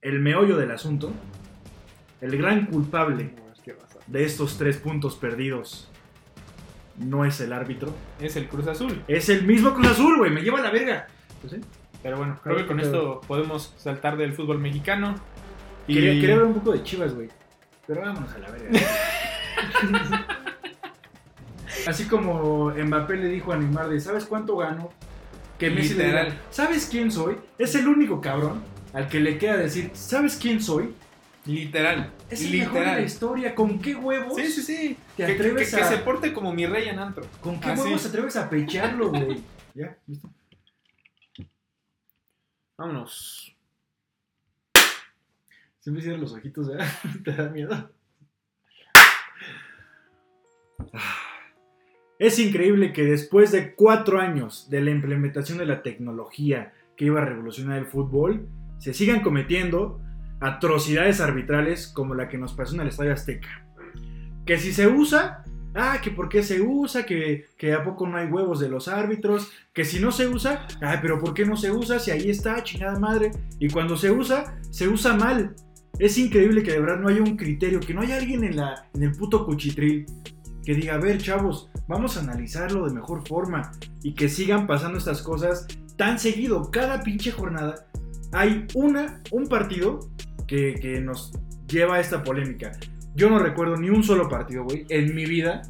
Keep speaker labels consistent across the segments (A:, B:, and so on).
A: el meollo del asunto, el gran culpable de estos tres puntos perdidos no es el árbitro,
B: Es el Cruz Azul.
A: es el mismo Cruz Azul, güey, me lleva a la verga. Pues, ¿eh?
B: Pero bueno, creo que con esto podemos saltar del fútbol mexicano. Y
A: Quería, quería ver un poco de Chivas, güey. Pero vámonos a la verga. Así como Mbappé le dijo a Neymar de, ¿sabes cuánto gano? Que Messi le
B: Literal.
A: diga, ¿sabes quién soy? Es el único cabrón al que le queda decir, ¿sabes quién soy?
B: Literal.
A: Es el mejor de la
B: literal.
A: historia. ¿Con qué huevos?
B: Sí, sí, sí.
A: ¿Te
B: que, que-
A: atreves
B: que- que
A: a-
B: se porte como mi rey en antro.
A: ¿Con qué
B: Ah,
A: huevos
B: sí.
A: te atreves a pecharlo, güey? ya, listo.
B: Vámonos.
A: Siempre cierras los ojitos, ¿verdad? Te da miedo. Es increíble que después de cuatro años de la implementación de la tecnología que iba a revolucionar el fútbol, se sigan cometiendo atrocidades arbitrales como la que nos pasó en el Estadio Azteca. Que si se usa, ah, que por qué se usa, que, que a poco no hay huevos de los árbitros, que si no se usa, ah, pero por qué no se usa, si ahí está, chingada madre, y cuando se usa, se usa mal. Es increíble que de verdad no haya un criterio, que no haya alguien en, la, en el puto cuchitril que diga, a ver chavos, vamos a analizarlo de mejor forma y que sigan pasando estas cosas tan seguido. Cada pinche jornada hay una, un partido que, que nos lleva a esta polémica. Yo no recuerdo ni un solo partido, güey, en mi vida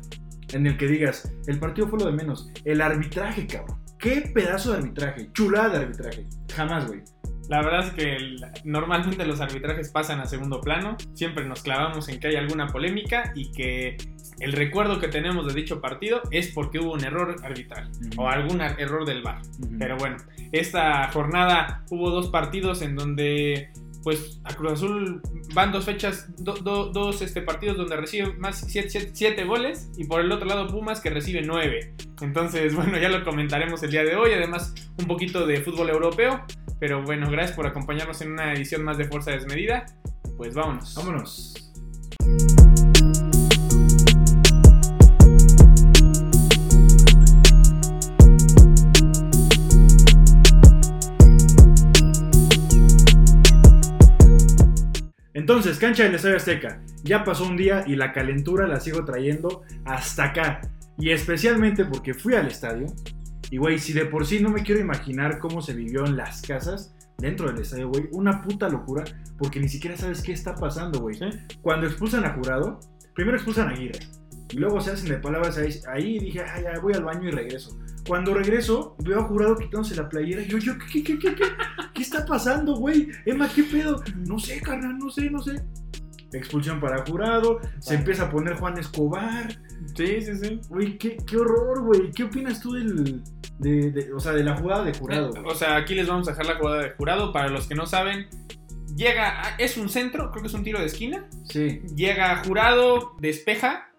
A: en el que digas, el partido fue lo de menos. El arbitraje, cabrón. ¿Qué pedazo de arbitraje? Chulada de arbitraje. Jamás, güey.
B: La verdad es que el- normalmente los arbitrajes pasan a segundo plano. Siempre nos clavamos en que hay alguna polémica y que el recuerdo que tenemos de dicho partido es porque hubo un error arbitral o algún ar- error del bar.
A: Ujú.
B: Pero bueno, esta jornada hubo dos partidos en donde pues a Cruz Azul van dos fechas, do- do- dos este, partidos donde recibe más siete, siete- siete goles y por el otro lado Pumas que recibe nueve. Entonces, bueno, ya lo comentaremos el día de hoy, además un poquito de fútbol europeo. Pero bueno, gracias por acompañarnos en una edición más de Fuerza Desmedida. Pues vámonos.
A: Vámonos. Entonces, cancha del Estadio Azteca. Ya pasó un día y la calentura la sigo trayendo hasta acá. Y especialmente porque fui al estadio. Y güey, si de por sí no me quiero imaginar cómo se vivió en las casas dentro del estadio, güey. Una puta locura porque ni siquiera sabes qué está pasando, güey.
B: Sí.
A: Cuando expulsan a Jurado, primero expulsan a Aguirre. Y luego se hacen de palabras ahí, ahí y dije, ay, ya voy al baño y regreso. Cuando regreso, veo a Jurado quitándose la playera. Y yo, yo, ¿qué, qué, qué, qué, qué está pasando, güey? Emma, ¿qué pedo? No sé, carnal, no sé, no sé. Expulsión para Jurado, se empieza a poner Juan Escobar.
B: Sí, sí, sí.
A: Güey, qué, qué horror, güey. ¿Qué opinas tú del, de, de- o sea, de la jugada de Jurado? güey?
B: O sea, aquí les vamos a dejar la jugada de jurado. Para los que no saben, llega, a- es un centro, creo que es un tiro de esquina.
A: Sí.
B: Llega jurado, despeja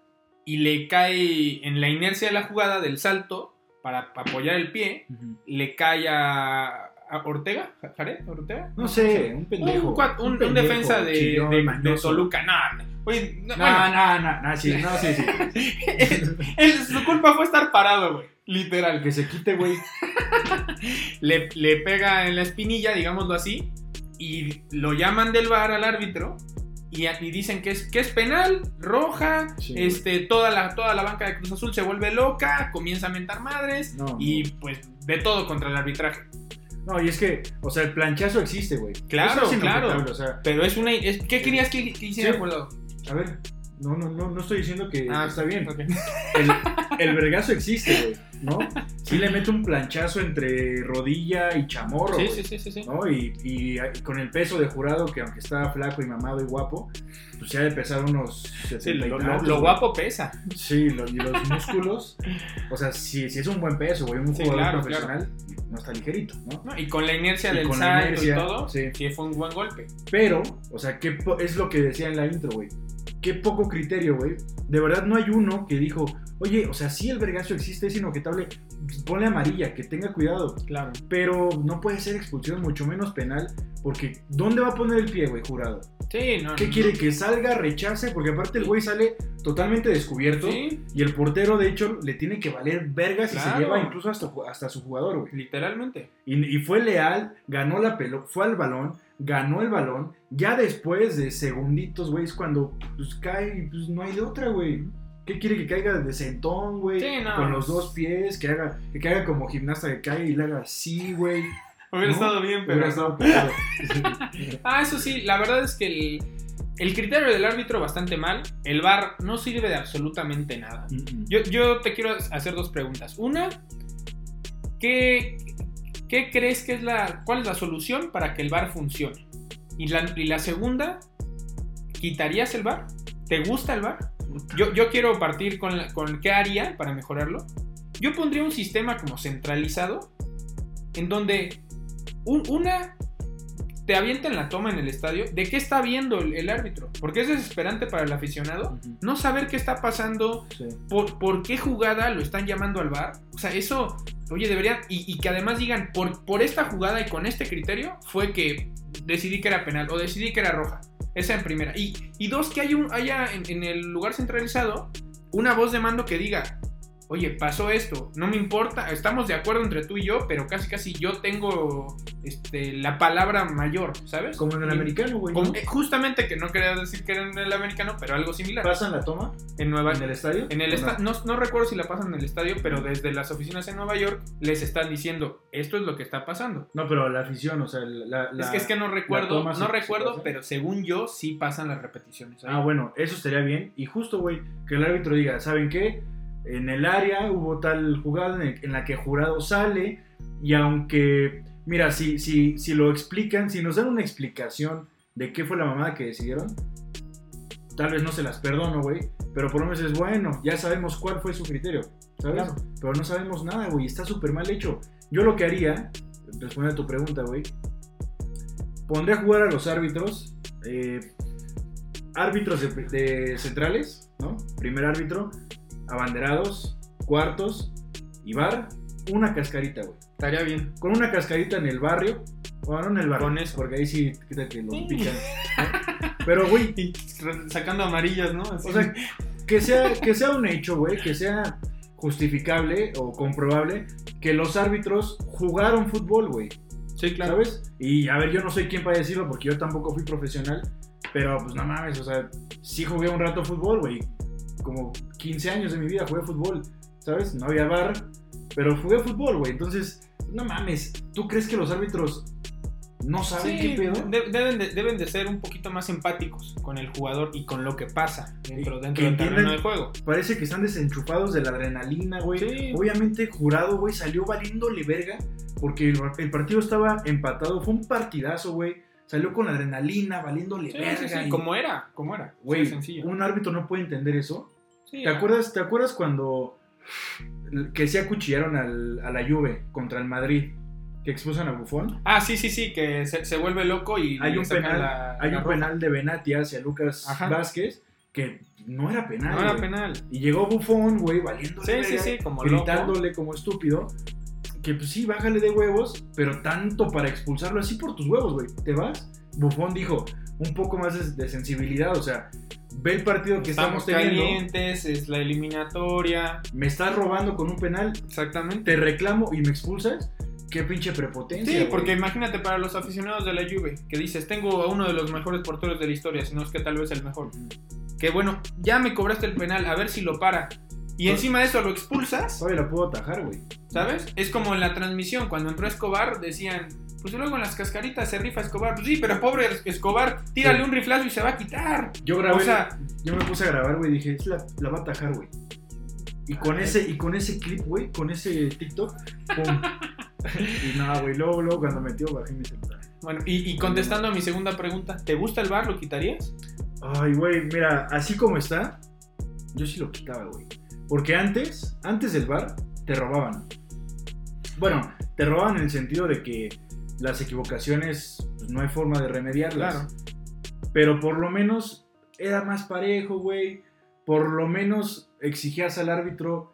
B: y le cae en la inercia de la jugada del salto para apoyar el pie. Le cae a, a Ortega, Jared, Ortega.
A: No sé, un pendejo.
B: Un, cua- un- un
A: pendejo,
B: defensa de,
A: chillón,
B: de- de
A: mañoso.
B: Toluca. No, no. Oye, no,
A: No,
B: bueno,
A: no, no, no, sí, no, sí, sí.
B: es- su culpa fue estar parado, güey. Literal.
A: que se quite, güey.
B: le, le pega en la espinilla, digámoslo así, y lo llaman del bar al árbitro y, a- y dicen que es, que es penal, roja,
A: Sí, güey.
B: este, toda, la, toda la banca de Cruz Azul se vuelve loca, comienza a mentar madres
A: No,
B: y pues de todo contra el arbitraje.
A: no, y es que, o sea, el planchazo existe, güey.
B: Claro,
A: Eso es
B: claro.
A: inaceptable, O sea,
B: Pero es una... es- ¿Qué querías que, que hiciera? Pues,
A: Sí,
B: Julio?
A: a ver, no, no, no, no estoy diciendo que
B: Ah,
A: está bien.
B: ok.
A: El, el vergazo existe, güey, ¿no? Sí le mete un planchazo entre rodilla y chamorro,
B: Sí,
A: güey.
B: sí, sí, sí, sí.
A: ¿no? Y, y- y con el peso de jurado, que aunque estaba flaco y mamado y guapo, pues ya de pesar unos 70
B: Sí,
A: y
B: lo, lo-
A: tantos,
B: lo
A: güey.
B: guapo pesa.
A: Sí, lo- y los músculos. O sea, si, si es un buen peso, güey, un
B: Sí,
A: jugador
B: claro,
A: profesional, no está ligerito, ¿no?
B: ¿no? Y con la inercia
A: Y
B: del
A: con la
B: salto
A: inercia,
B: y todo,
A: sí.
B: que fue un buen golpe.
A: Pero, o sea, que po- es lo que decía en la intro, güey. Qué poco criterio, güey. De verdad no hay uno que dijo, oye, o sea, sí el vergazo existe, es inobjetable, ponle amarilla, que tenga cuidado.
B: Claro.
A: Pero no puede ser expulsión, mucho menos penal, porque ¿dónde va a poner el pie, güey, jurado?
B: Sí, no.
A: ¿Qué
B: no.
A: quiere? ¿Que salga, rechace? Porque aparte el güey sale totalmente descubierto.
B: Sí,
A: Y el portero, de hecho, le tiene que valer vergas y se
B: Claro.
A: lleva incluso hasta, ju- hasta su jugador, güey.
B: literalmente.
A: Y, y fue leal, ganó la pelota, fue al balón, ganó el balón. Ya después de segunditos, güey, es cuando pues, cae, pues no hay de otra, güey. ¿Qué quiere que caiga de sentón, güey?
B: Sí, no,
A: Con los
B: pues-
A: dos pies, que haga, que caiga como gimnasta, que caiga y le haga así, güey.
B: Hubiera
A: No,
B: estado bien, pero.
A: Hubiera estado pedo.
B: Ah, eso sí, la verdad es que el, el criterio del árbitro bastante mal. El VAR no sirve de absolutamente nada.
A: Mm, mm.
B: Yo, yo te quiero hacer dos preguntas. Una, ¿qué, qué crees que es la. cuál es la solución para que el VAR funcione? Y la, y la segunda, ¿quitarías el VAR? ¿Te gusta el VAR? Yo, yo quiero partir con, la- con qué haría para mejorarlo. Yo pondría un sistema como centralizado, en donde un- una te avientan la toma en el estadio de qué está viendo el, el árbitro. Porque es desesperante para el aficionado
A: Ujú,
B: no saber qué está pasando,
A: sí.
B: por, por qué jugada lo están llamando al bar. O sea, eso, oye, deberían. Y, y que además digan, por, por esta jugada y con este criterio fue que decidí que era penal o decidí que era roja. Esa en primera. Y, y dos, que hay un, haya en, en el lugar centralizado una voz de mando que diga, oye, pasó esto, no me importa, estamos de acuerdo entre tú y yo, pero casi casi yo tengo este, la palabra mayor, ¿sabes?
A: Como en el
B: Y-
A: americano, güey.
B: como-
A: ¿no?
B: eh, justamente que no quería decir que era en el americano, pero algo similar.
A: ¿Pasan la toma
B: En Nueva,
A: en el estadio?
B: en el
A: ¿O
B: esta- no, no recuerdo si la pasan en el estadio, pero desde las oficinas en Nueva York les están diciendo, esto es lo que está pasando.
A: No, pero la afición, o sea, la... la-
B: es que es que no recuerdo,
A: toma
B: no
A: se- se
B: recuerdo,
A: pasa.
B: pero según yo sí pasan las repeticiones. ahí.
A: Ah, bueno, eso estaría bien. Y justo, güey, que el árbitro diga, ¿saben qué? En el área hubo tal jugada en, el- en la que jurado sale y aunque, mira, si, si, si lo explican, si nos dan una explicación de qué fue la mamada que decidieron, tal vez no se las perdono, güey, pero por lo menos es bueno, ya sabemos cuál fue su criterio, ¿sabes?
B: Claro.
A: Pero no sabemos nada, güey, está súper mal hecho. Yo lo que haría, respondiendo a tu pregunta, güey, pondré a jugar a los árbitros, eh, árbitros de, de centrales, ¿no? Primer árbitro, abanderados, cuartos y bar, una cascarita, güey.
B: Estaría bien.
A: Con una cascarita en el barrio, o no en el barrio,
B: Con eso.
A: porque ahí sí quita que los
B: Sí.
A: pican. ¿no? Pero, güey,
B: Y re- sacando amarillas, ¿no? Así.
A: o sea, que sea, que sea un hecho, güey, que sea justificable o comprobable que los árbitros jugaron fútbol, güey.
B: sí, claro.
A: ¿Sabes? Y a ver, yo no soy quien para decirlo porque yo tampoco fui profesional, pero pues no mames, o sea, sí jugué un rato fútbol, güey. Como 15 años de mi vida jugué fútbol, ¿sabes? No había bar, pero jugué fútbol, güey. Entonces, no mames, ¿tú crees que los árbitros no saben qué
B: Sí,
A: pedo?
B: de- deben, de, deben de ser un poquito más empáticos con el jugador y con lo que pasa dentro,
A: Y que
B: dentro del
A: entiendan-
B: terreno de juego.
A: Parece que están desenchufados de la adrenalina, güey.
B: Sí.
A: Obviamente, jurado, güey, salió valiéndole verga porque el, el partido estaba empatado. Fue un partidazo, güey. Salió con adrenalina, valiéndole
B: Sí,
A: verga.
B: sí, sí,
A: y-
B: como era, como era. Sí,
A: Güey,
B: sencillo.
A: un árbitro no puede entender eso.
B: Sí, ah.
A: ¿Te acuerdas, ¿te acuerdas cuando que se acuchillaron al- a la Juve contra el Madrid? Que expulsan a Bufón.
B: Ah, sí, sí, sí, que se, se vuelve loco y
A: Hay
B: le
A: un
B: sacan
A: penal,
B: la-
A: Hay
B: la
A: un
B: roja.
A: penal de Benati hacia Lucas
B: Ajá.
A: Vázquez que no era penal.
B: No era
A: güey.
B: Ah, penal.
A: Y llegó Bufón, güey, valiendo.
B: Sí, sí, sí, como loco.
A: Gritándole como estúpido. Que pues sí, bájale de huevos, pero tanto para expulsarlo así por tus huevos, güey. ¿Te vas? Bufón dijo, un poco más de, de sensibilidad, o sea, ve el partido que estamos,
B: Estamos
A: teniendo.
B: calientes, es la eliminatoria.
A: me estás robando con un penal,
B: Exactamente.
A: te reclamo y me expulsas, qué pinche
B: Sí,
A: prepotencia. güey.
B: porque imagínate para los aficionados de la Juve, que dices, tengo a uno de los mejores porteros de la historia, si no es que tal vez el mejor. Que bueno, ya me cobraste el penal, a ver si lo para. Y encima de eso lo expulsas,
A: Todavía la puedo atajar, güey.
B: ¿sabes? Es como en la transmisión, cuando entró Escobar, decían, pues luego en las cascaritas se rifa Escobar. Pues sí, pero pobre Escobar, tírale
A: Sí.
B: un riflazo y se va a quitar.
A: Yo grabé,
B: O sea-
A: yo me puse a grabar, güey, dije, "Es la, la va a atajar, güey. Y con
B: Ay.
A: ese, y con ese clip, güey, con ese TikTok, pum. y nada, güey, luego, luego cuando metió, bajé mi celular.
B: Bueno, y, y contestando a mi segunda pregunta, ¿te gusta el bar? ¿Lo quitarías?
A: Ay, güey, mira, así como está, yo sí lo quitaba, güey. Porque antes, antes del bar, te robaban. Bueno, te robaban en el sentido de que las equivocaciones pues, no hay forma de remediarlas. Pero por lo menos era más parejo, güey. Por lo menos exigías al árbitro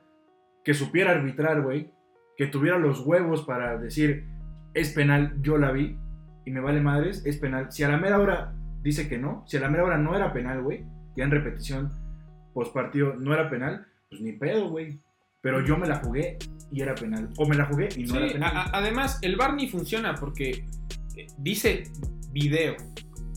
A: que supiera arbitrar, güey. Que tuviera los huevos para decir, es penal, yo la vi. Y me vale madres, es penal. Si a la mera hora dice que no, si a la mera hora no era penal, güey. Ya en repetición, post partido, no era penal, pues ni pedo, güey. Pero yo me la jugué y era penal. O me la jugué y no
B: Sí, ah,
A: era penal.
B: a- a- además el bar ni funciona porque eh, dice video.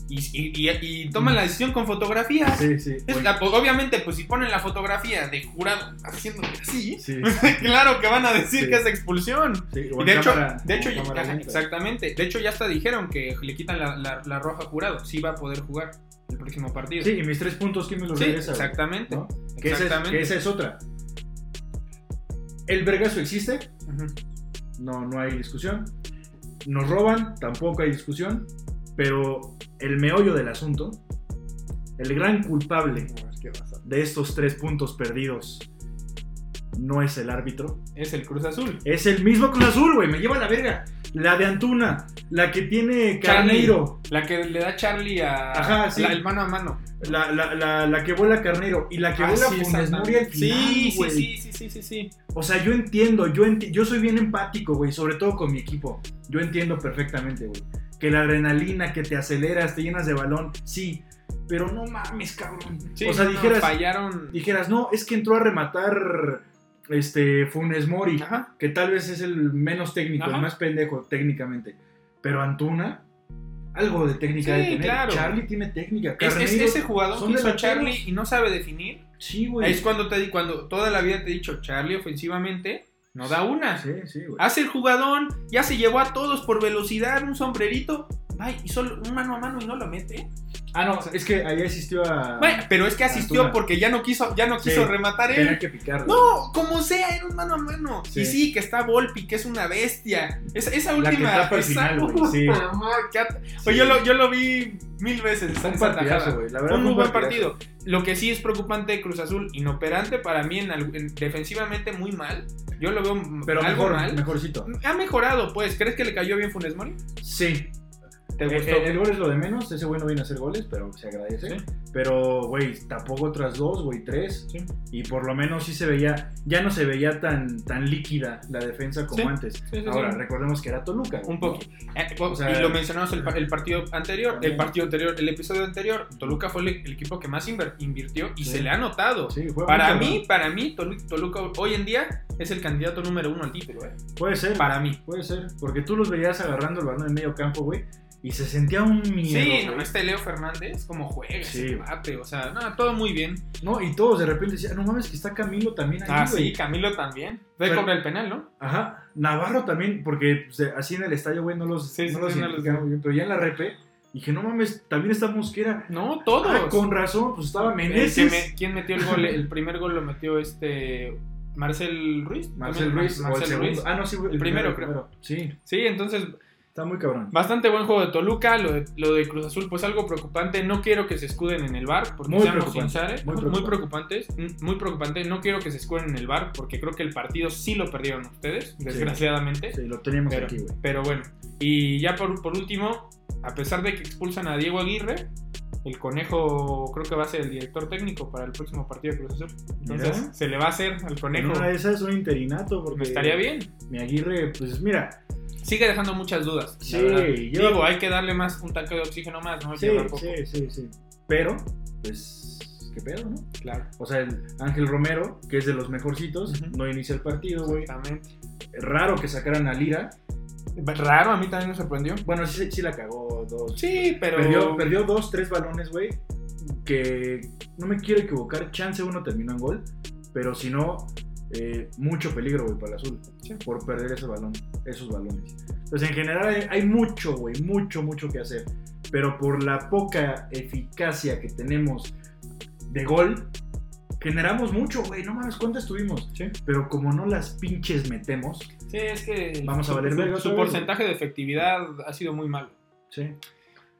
B: Y, y- y- y toman la decisión con fotografías.
A: Sí, sí.
B: Es
A: güey.
B: la- pues, obviamente, pues si ponen la fotografía de jurado haciendo así,
A: Sí,
B: claro que van a decir
A: Sí.
B: que es expulsión.
A: sí, o
B: Y
A: en
B: de hecho,
A: cámara-
B: de hecho,
A: o en
B: ya-
A: cámara
B: ajá,
A: lenta.
B: exactamente. De hecho, ya hasta dijeron que le quitan la, la- la roja a jurado. Sí va a poder jugar el próximo partido.
A: Sí, y mis tres puntos, ¿quién me los
B: Sí,
A: regresa? güey?
B: exactamente.
A: ¿No? Que esa, es,
B: Exactamente.
A: que esa es otra. ¿El vergazo existe?
B: Ujú.
A: No, no hay discusión. Nos roban, tampoco hay discusión. Pero el meollo del asunto, el gran culpable de estos tres puntos perdidos, no es el árbitro.
B: Es el Cruz Azul.
A: Es el mismo Cruz Azul, güey. Me lleva la verga. La de Antuna, la que tiene Carneiro,
B: La que le da Charlie a.
A: Ajá, sí.
B: la- el mano a mano.
A: la, la, la, la que vuela Carneiro y la que
B: Ah,
A: vuela
B: sí,
A: Funes
B: exactamente.
A: Mori al final,
B: sí, sí,
A: güey.
B: sí, sí, sí, sí, sí.
A: O sea, yo entiendo, yo, enti- yo soy bien empático, güey, sobre todo con mi equipo. Yo entiendo perfectamente, güey. Que la adrenalina, que te aceleras, te llenas de balón, sí. Pero no mames, cabrón.
B: Sí,
A: o sea,
B: no,
A: dijeras,
B: fallaron.
A: dijeras, no, es que entró a rematar este Funes Mori,
B: Ajá.
A: que tal vez es el menos técnico,
B: Ajá.
A: el más pendejo técnicamente. Pero Antuna, algo de técnica
B: Sí,
A: de tener.
B: claro.
A: Charlie tiene técnica.
B: Es, es-
A: Carneiro-
B: ese jugador
A: son
B: que hizo
A: delanteros.
B: Charlie y no sabe definir.
A: Sí,
B: Es
A: güey.
B: cuando te di- cuando toda la vida te he dicho, Charlie ofensivamente no da una. Ah.
A: Sí, sí, güey.
B: Hace el jugadón, ya se llevó a todos por velocidad, un sombrerito. Ay, y solo un mano a mano y no lo mete.
A: Ah, no, es que ahí asistió a...
B: Bueno, pero es que asistió
A: Antuna.
B: porque ya no quiso, ya no
A: ah, Sí,
B: quiso rematar él.
A: Tenía que picar.
B: No, como sea, era un mano a mano.
A: Sí.
B: Y sí, que está Volpi, que es una bestia. Es- esa
A: La que
B: última.
A: tapa al
B: esa-
A: final, güey, sí.
B: Ajá, que at- Oye, Pues yo, lo, yo lo vi mil veces.
A: Fue un
B: esa tajada.
A: partidazo, güey. La verdad,
B: Fue un muy
A: fue
B: buen partido. Lo que sí es preocupante de Cruz Azul, inoperante para mí, en, al- en- defensivamente muy mal. Yo lo veo m-
A: Pero
B: algo
A: mejor,
B: mal.
A: mejorcito.
B: Ha mejorado, pues. ¿Crees que le cayó bien Funes Mori? Eh,
A: Sí.
B: ¿Te
A: El,
B: gustó?
A: el gol es lo de menos. Ese güey no viene a hacer goles, pero se agradece.
B: Sí.
A: Pero, güey, tampoco otras dos, güey, tres.
B: Sí.
A: Y por lo menos sí se veía, ya no se veía tan, tan líquida la defensa como
B: Sí.
A: antes.
B: Sí, sí,
A: Ahora,
B: sí.
A: recordemos que era Toluca. güey,
B: Un poquito. Eh, o-
A: O sea,
B: y lo mencionamos el, par- el partido anterior, el
A: también.
B: partido anterior, el episodio anterior. Toluca fue el, el equipo que más inver- invirtió y
A: Sí.
B: se le ha
A: ¿no?
B: notado.
A: Sí, fue
B: Para
A: mucho,
B: mí, para mí, Tolu- Toluca hoy en día es el candidato número uno al título, eh.
A: ¿no? Puede ser.
B: Para mí.
A: Puede ser. Porque tú los veías agarrando el balón en medio campo, güey. Y se sentía un miedo.
B: Sí,
A: güey.
B: no, este Leo Fernández, como juega,
A: Sí.
B: ese bate, o sea, no, todo muy bien.
A: No, y todos de repente decían, no mames, que está Camilo también ahí,
B: Ah,
A: güey".
B: sí, Camilo también. Fue
A: Pero-
B: cobra el penal, ¿no?
A: Ajá, Navarro también, porque pues, así en el estadio, güey, no los,
B: Sí,
A: no
B: sí,
A: los
B: sí, no los
A: identificaba
B: vi.
A: muy bien, pero ya en la repe, dije, no mames, también está Mosquera.
B: No, todos.
A: Ah, con razón, pues estaba
B: El que
A: Meneses.
B: me- ¿Quién metió el gol? El primer gol lo metió este. Marcel Ruiz.
A: Marcel
B: También,
A: Ruiz,
B: Mar-
A: o el
B: Marcel
A: segundo.
B: Ruiz.
A: Ah, no, sí, güey,
B: El primero,
A: Sí,
B: Sí, entonces
A: está muy cabrón.
B: Bastante buen juego de Toluca, lo de, lo de Cruz Azul, pues algo preocupante. No quiero que se escuden en el bar, porque
A: Muy
B: seamos
A: preocupante,
B: sinceros, ¿eh? muy,
A: muy
B: preocupantes, mm, muy preocupante. No quiero que se escuden en el bar, porque creo que el partido sí lo perdieron ustedes, desgraciadamente.
A: Sí, lo teníamos
B: Pero-
A: aquí, güey.
B: Pero bueno, y ya por, por último, a pesar de que expulsan a Diego Aguirre, el conejo creo que va a ser el director técnico para el próximo partido de Cruz Azul. Entonces
A: Mira.
B: se le va a hacer al
A: En
B: conejo. Pues,
A: una de esas, un interinato, porque
B: Estaría bien.
A: mi Aguirre, pues mira,
B: Sigue dejando muchas dudas. la
A: Sí,
B: verdad.
A: yo-
B: Digo, hay que darle más un tanque de oxígeno más, ¿no?
A: sí,
B: Lleva poco.
A: sí, sí, sí, pero, pues, qué pedo, ¿no?
B: Claro.
A: O sea, el Ángel Romero, que es de los mejorcitos,
B: Ujú.
A: no inicia el partido, güey.
B: Exactamente.
A: Raro que sacaran a Lira.
B: Raro, a mí también me sorprendió.
A: Bueno, sí, sí la cagó dos.
B: Sí, pero.
A: Perdió, perdió dos, tres balones, güey. Que no me quiero equivocar. Chance uno terminó en gol. Pero si no, eh, mucho peligro, güey, para el azul.
B: Sí.
A: Por perder ese balón, esos balones. Entonces, en general, hay, hay mucho, güey, mucho, mucho que hacer. Pero por la poca eficacia que tenemos de gol, generamos mucho, güey. No mames, ¿cuántas tuvimos?
B: Sí.
A: Pero como no las pinches metemos,
B: Sí, es que.
A: Vamos a valer
B: su-
A: verga
B: Su,
A: otra vez,
B: porcentaje de efectividad ha sido muy malo.
A: sí.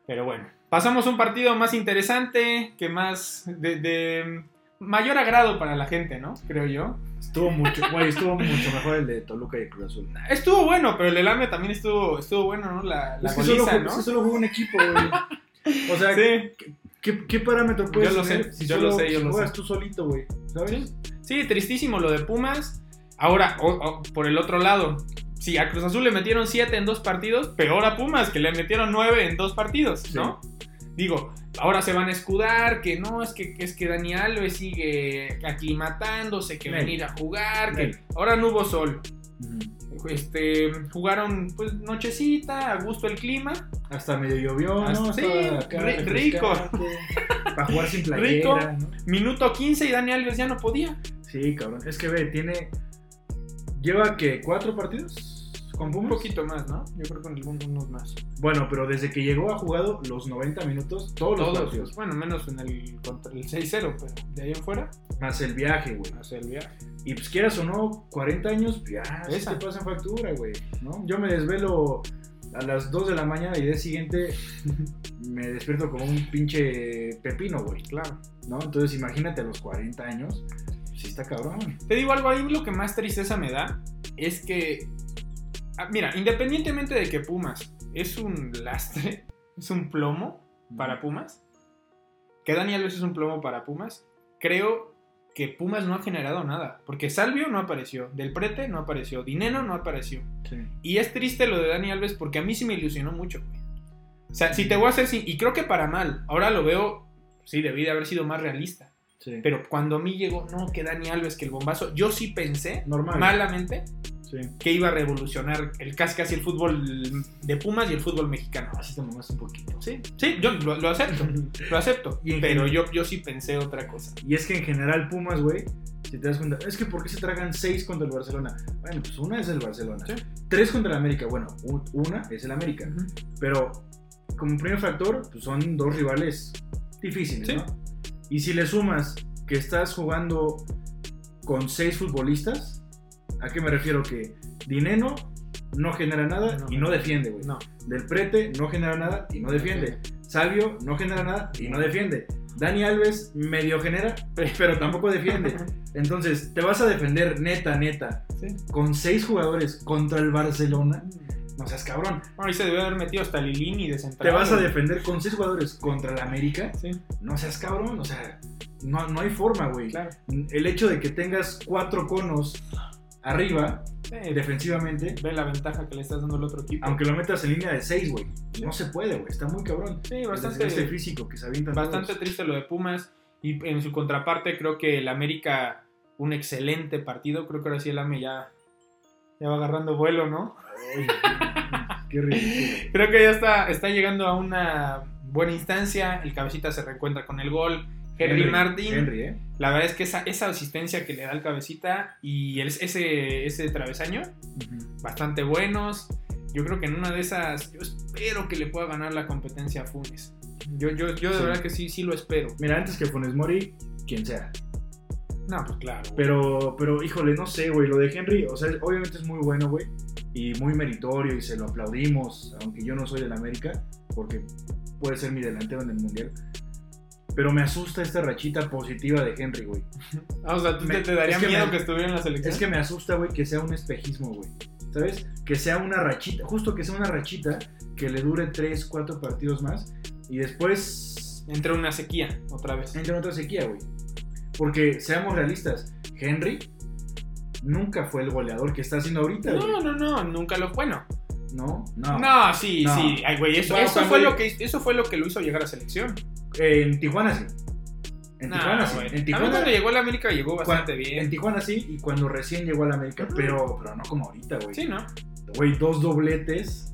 B: Pero bueno. Pasamos a un partido más interesante, que más. de. de mayor agrado para la gente, ¿no? Creo yo.
A: Estuvo mucho, güey, estuvo mucho mejor el de Toluca y el Cruz Azul.
B: Estuvo bueno, pero el del AME también estuvo, estuvo bueno, ¿no? La, la
A: es que solo,
B: goliza,
A: jugó-
B: ¿no?
A: es que solo jugó un equipo, güey. O sea,
B: Sí.
A: ¿qué, qué parámetro puedes
B: Yo lo
A: tener
B: sé,
A: si
B: yo
A: solo
B: lo sé, yo
A: si
B: lo
A: juegas
B: sé.
A: tú solito, güey? ¿Sabes?
B: Sí. Sí, tristísimo lo de Pumas. Ahora, o- o- por el otro lado, si a Cruz Azul le metieron 7 en dos partidos, peor a Pumas, que le metieron 9 en dos partidos, ¿no? Digo, ahora se van a escudar, que no, es que, que es que Dani Alves sigue aclimatándose, que
A: Nel.
B: venir a jugar, que
A: Nel.
B: ahora no hubo sol.
A: Ujú.
B: Este, jugaron pues nochecita, a gusto el clima,
A: Hasta medio llovió,
B: Hasta-
A: ¿no?
B: sí,
A: Estaba acá
B: ri- rico.
A: refrescante, Para jugar sin playera,
B: Rico.
A: ¿no?
B: minuto 15 y Dani Alves ya no podía.
A: Sí, cabrón. Es que ve, tiene. ¿Lleva que cuatro partidos con
B: Un
A: Pumas?
B: poquito más, ¿no? Yo creo que con el mundo unos más.
A: Bueno, pero desde que llegó ha jugado los 90 minutos, todos, los
B: Todos,
A: partidos.
B: bueno, menos en el contra el 6-0, pero de ahí en fuera,
A: Más el viaje, güey.
B: hacia el viaje.
A: Y pues quieras o no, 40 años, pues, ya, sí
B: Esa.
A: te pasan factura, güey. ¿no? Yo me desvelo a las 2 de la mañana y el día siguiente me despierto como un pinche pepino, güey.
B: Claro.
A: ¿No? Entonces imagínate a los 40 años, sí está cabrón.
B: Te digo algo ahí, lo que más tristeza me da es que, ah, mira, independientemente de que Pumas es un lastre, es un plomo para Pumas, que Dani Alves es un plomo para Pumas, creo que Pumas no ha generado nada, porque Salvio no apareció, Del Prete no apareció, Dineno no apareció.
A: Sí.
B: Y es triste lo de Dani Alves porque a mí sí me ilusionó mucho, güey. O sea, si te voy a hacer, sin- y creo que para mal, ahora lo veo, sí, debí de haber sido más realista.
A: sí.
B: Pero cuando a mí llegó, no, que Dani Alves, que el bombazo, yo sí pensé,
A: Normal.
B: malamente,
A: Sí.
B: que iba a revolucionar el casi casi el fútbol de Pumas y el fútbol mexicano.
A: Así te mamás un poquito.
B: Sí, sí, yo lo, lo acepto, lo acepto.
A: Y en
B: Pero
A: general-
B: yo, yo sí pensé otra cosa.
A: Y es que en general Pumas, güey, si te das cuenta, es que ¿por qué se tragan seis contra el Barcelona? Bueno, pues una es el Barcelona.
B: Sí.
A: Tres contra el América, bueno, u- una es el América. Pero como primer factor, pues son dos rivales difíciles,
B: Sí.
A: ¿no? Y si le sumas que estás jugando con seis futbolistas, ¿a qué me refiero? Que Dineno no genera nada
B: No,
A: y
B: no.
A: no defiende, güey.
B: No,
A: Del Prete no genera nada y no defiende. Salvio no genera nada y no defiende. Dani Alves medio genera, pero tampoco defiende. Entonces, te vas a defender neta, neta,
B: Sí.
A: con seis jugadores contra el Barcelona. No seas cabrón.
B: Bueno, ahí se debió haber metido hasta Lilini de central.
A: Te vas a
B: güey.
A: defender con seis jugadores contra el América.
B: Sí,
A: No seas cabrón. O sea, no, no hay forma, güey.
B: claro.
A: El hecho de que tengas cuatro conos arriba,
B: Sí,
A: defensivamente,
B: Eh, ve la ventaja que le estás dando al otro equipo.
A: aunque lo metas en línea de seis, güey. No se puede, güey. Está muy cabrón.
B: sí,
A: Bastante.
B: bastante.
A: Este físico que se avientan
B: Bastante
A: todos.
B: triste lo de Pumas. Y en su contraparte, creo que el América, un excelente partido. Creo que ahora sí el AME ya, ya va agarrando vuelo, ¿no?
A: Ay, qué ridículo.
B: Creo que ya está, está llegando a una buena instancia. El Cabecita se reencuentra con el gol. Henry, Martín.
A: Henry, ¿eh?
B: La verdad es que esa, esa asistencia que le da el Cabecita y el- ese, ese travesaño, bastante buenos. Yo creo que en una de esas, yo espero que le pueda ganar la competencia a Funes. Yo, yo, yo de
A: Sí.
B: verdad que sí, sí lo espero.
A: Mira, antes que Funes Mori, quien sea.
B: No, pues claro. güey.
A: Pero, pero, híjole, no sé, güey, lo de Henry, o sea, obviamente es muy bueno, güey, y muy meritorio, y se lo aplaudimos, aunque yo no soy del América, porque puede ser mi delantero en el Mundial. Pero me asusta esta rachita positiva de Henry, güey.
B: Ah, o sea, ¿tú
A: Me-
B: te, te daría
A: es que
B: miedo
A: me-
B: que estuviera en la selección?
A: Es que me asusta, güey, que sea un espejismo, güey. ¿Sabes? Que sea una rachita, justo que sea una rachita que le dure 3, 4 partidos más, y después
B: Entró una sequía otra vez.
A: entra en otra sequía, güey. Porque, seamos realistas, Henry nunca fue el goleador que está haciendo ahorita, güey.
B: No, no, no, nunca lo bueno.
A: No,
B: No,
A: no.
B: sí,
A: No.
B: sí. Ay, güey, eso,
A: Bueno,
B: eso
A: cuando
B: fue
A: yo-
B: lo que eso fue lo que lo hizo llegar a selección.
A: En Tijuana sí. En
B: No,
A: Tijuana sí.
B: güey.
A: En
B: A mí
A: Tijuana,
B: cuando llegó a la América llegó bastante
A: cuan- en
B: bien.
A: Tijuana sí y cuando recién llegó a la América.
B: Ujú.
A: Pero, pero no como ahorita, güey.
B: Sí, ¿no?
A: Güey, dos dobletes.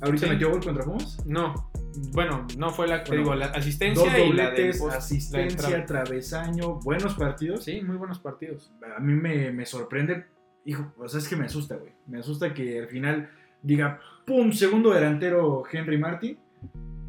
A: Ahorita
B: Sí.
A: metió gol contra Pumas.
B: No. Bueno, no fue la, te
A: Bueno,
B: digo, la asistencia
A: Dos
B: y la de
A: dobletes,
B: post- la
A: asistencia,
B: entrada.
A: travesaño, buenos partidos.
B: Sí, muy buenos partidos.
A: A mí me, me sorprende. Hijo, o sea, es que me asusta, güey. Me asusta que al final diga, ¡pum! Segundo delantero Henry Martin.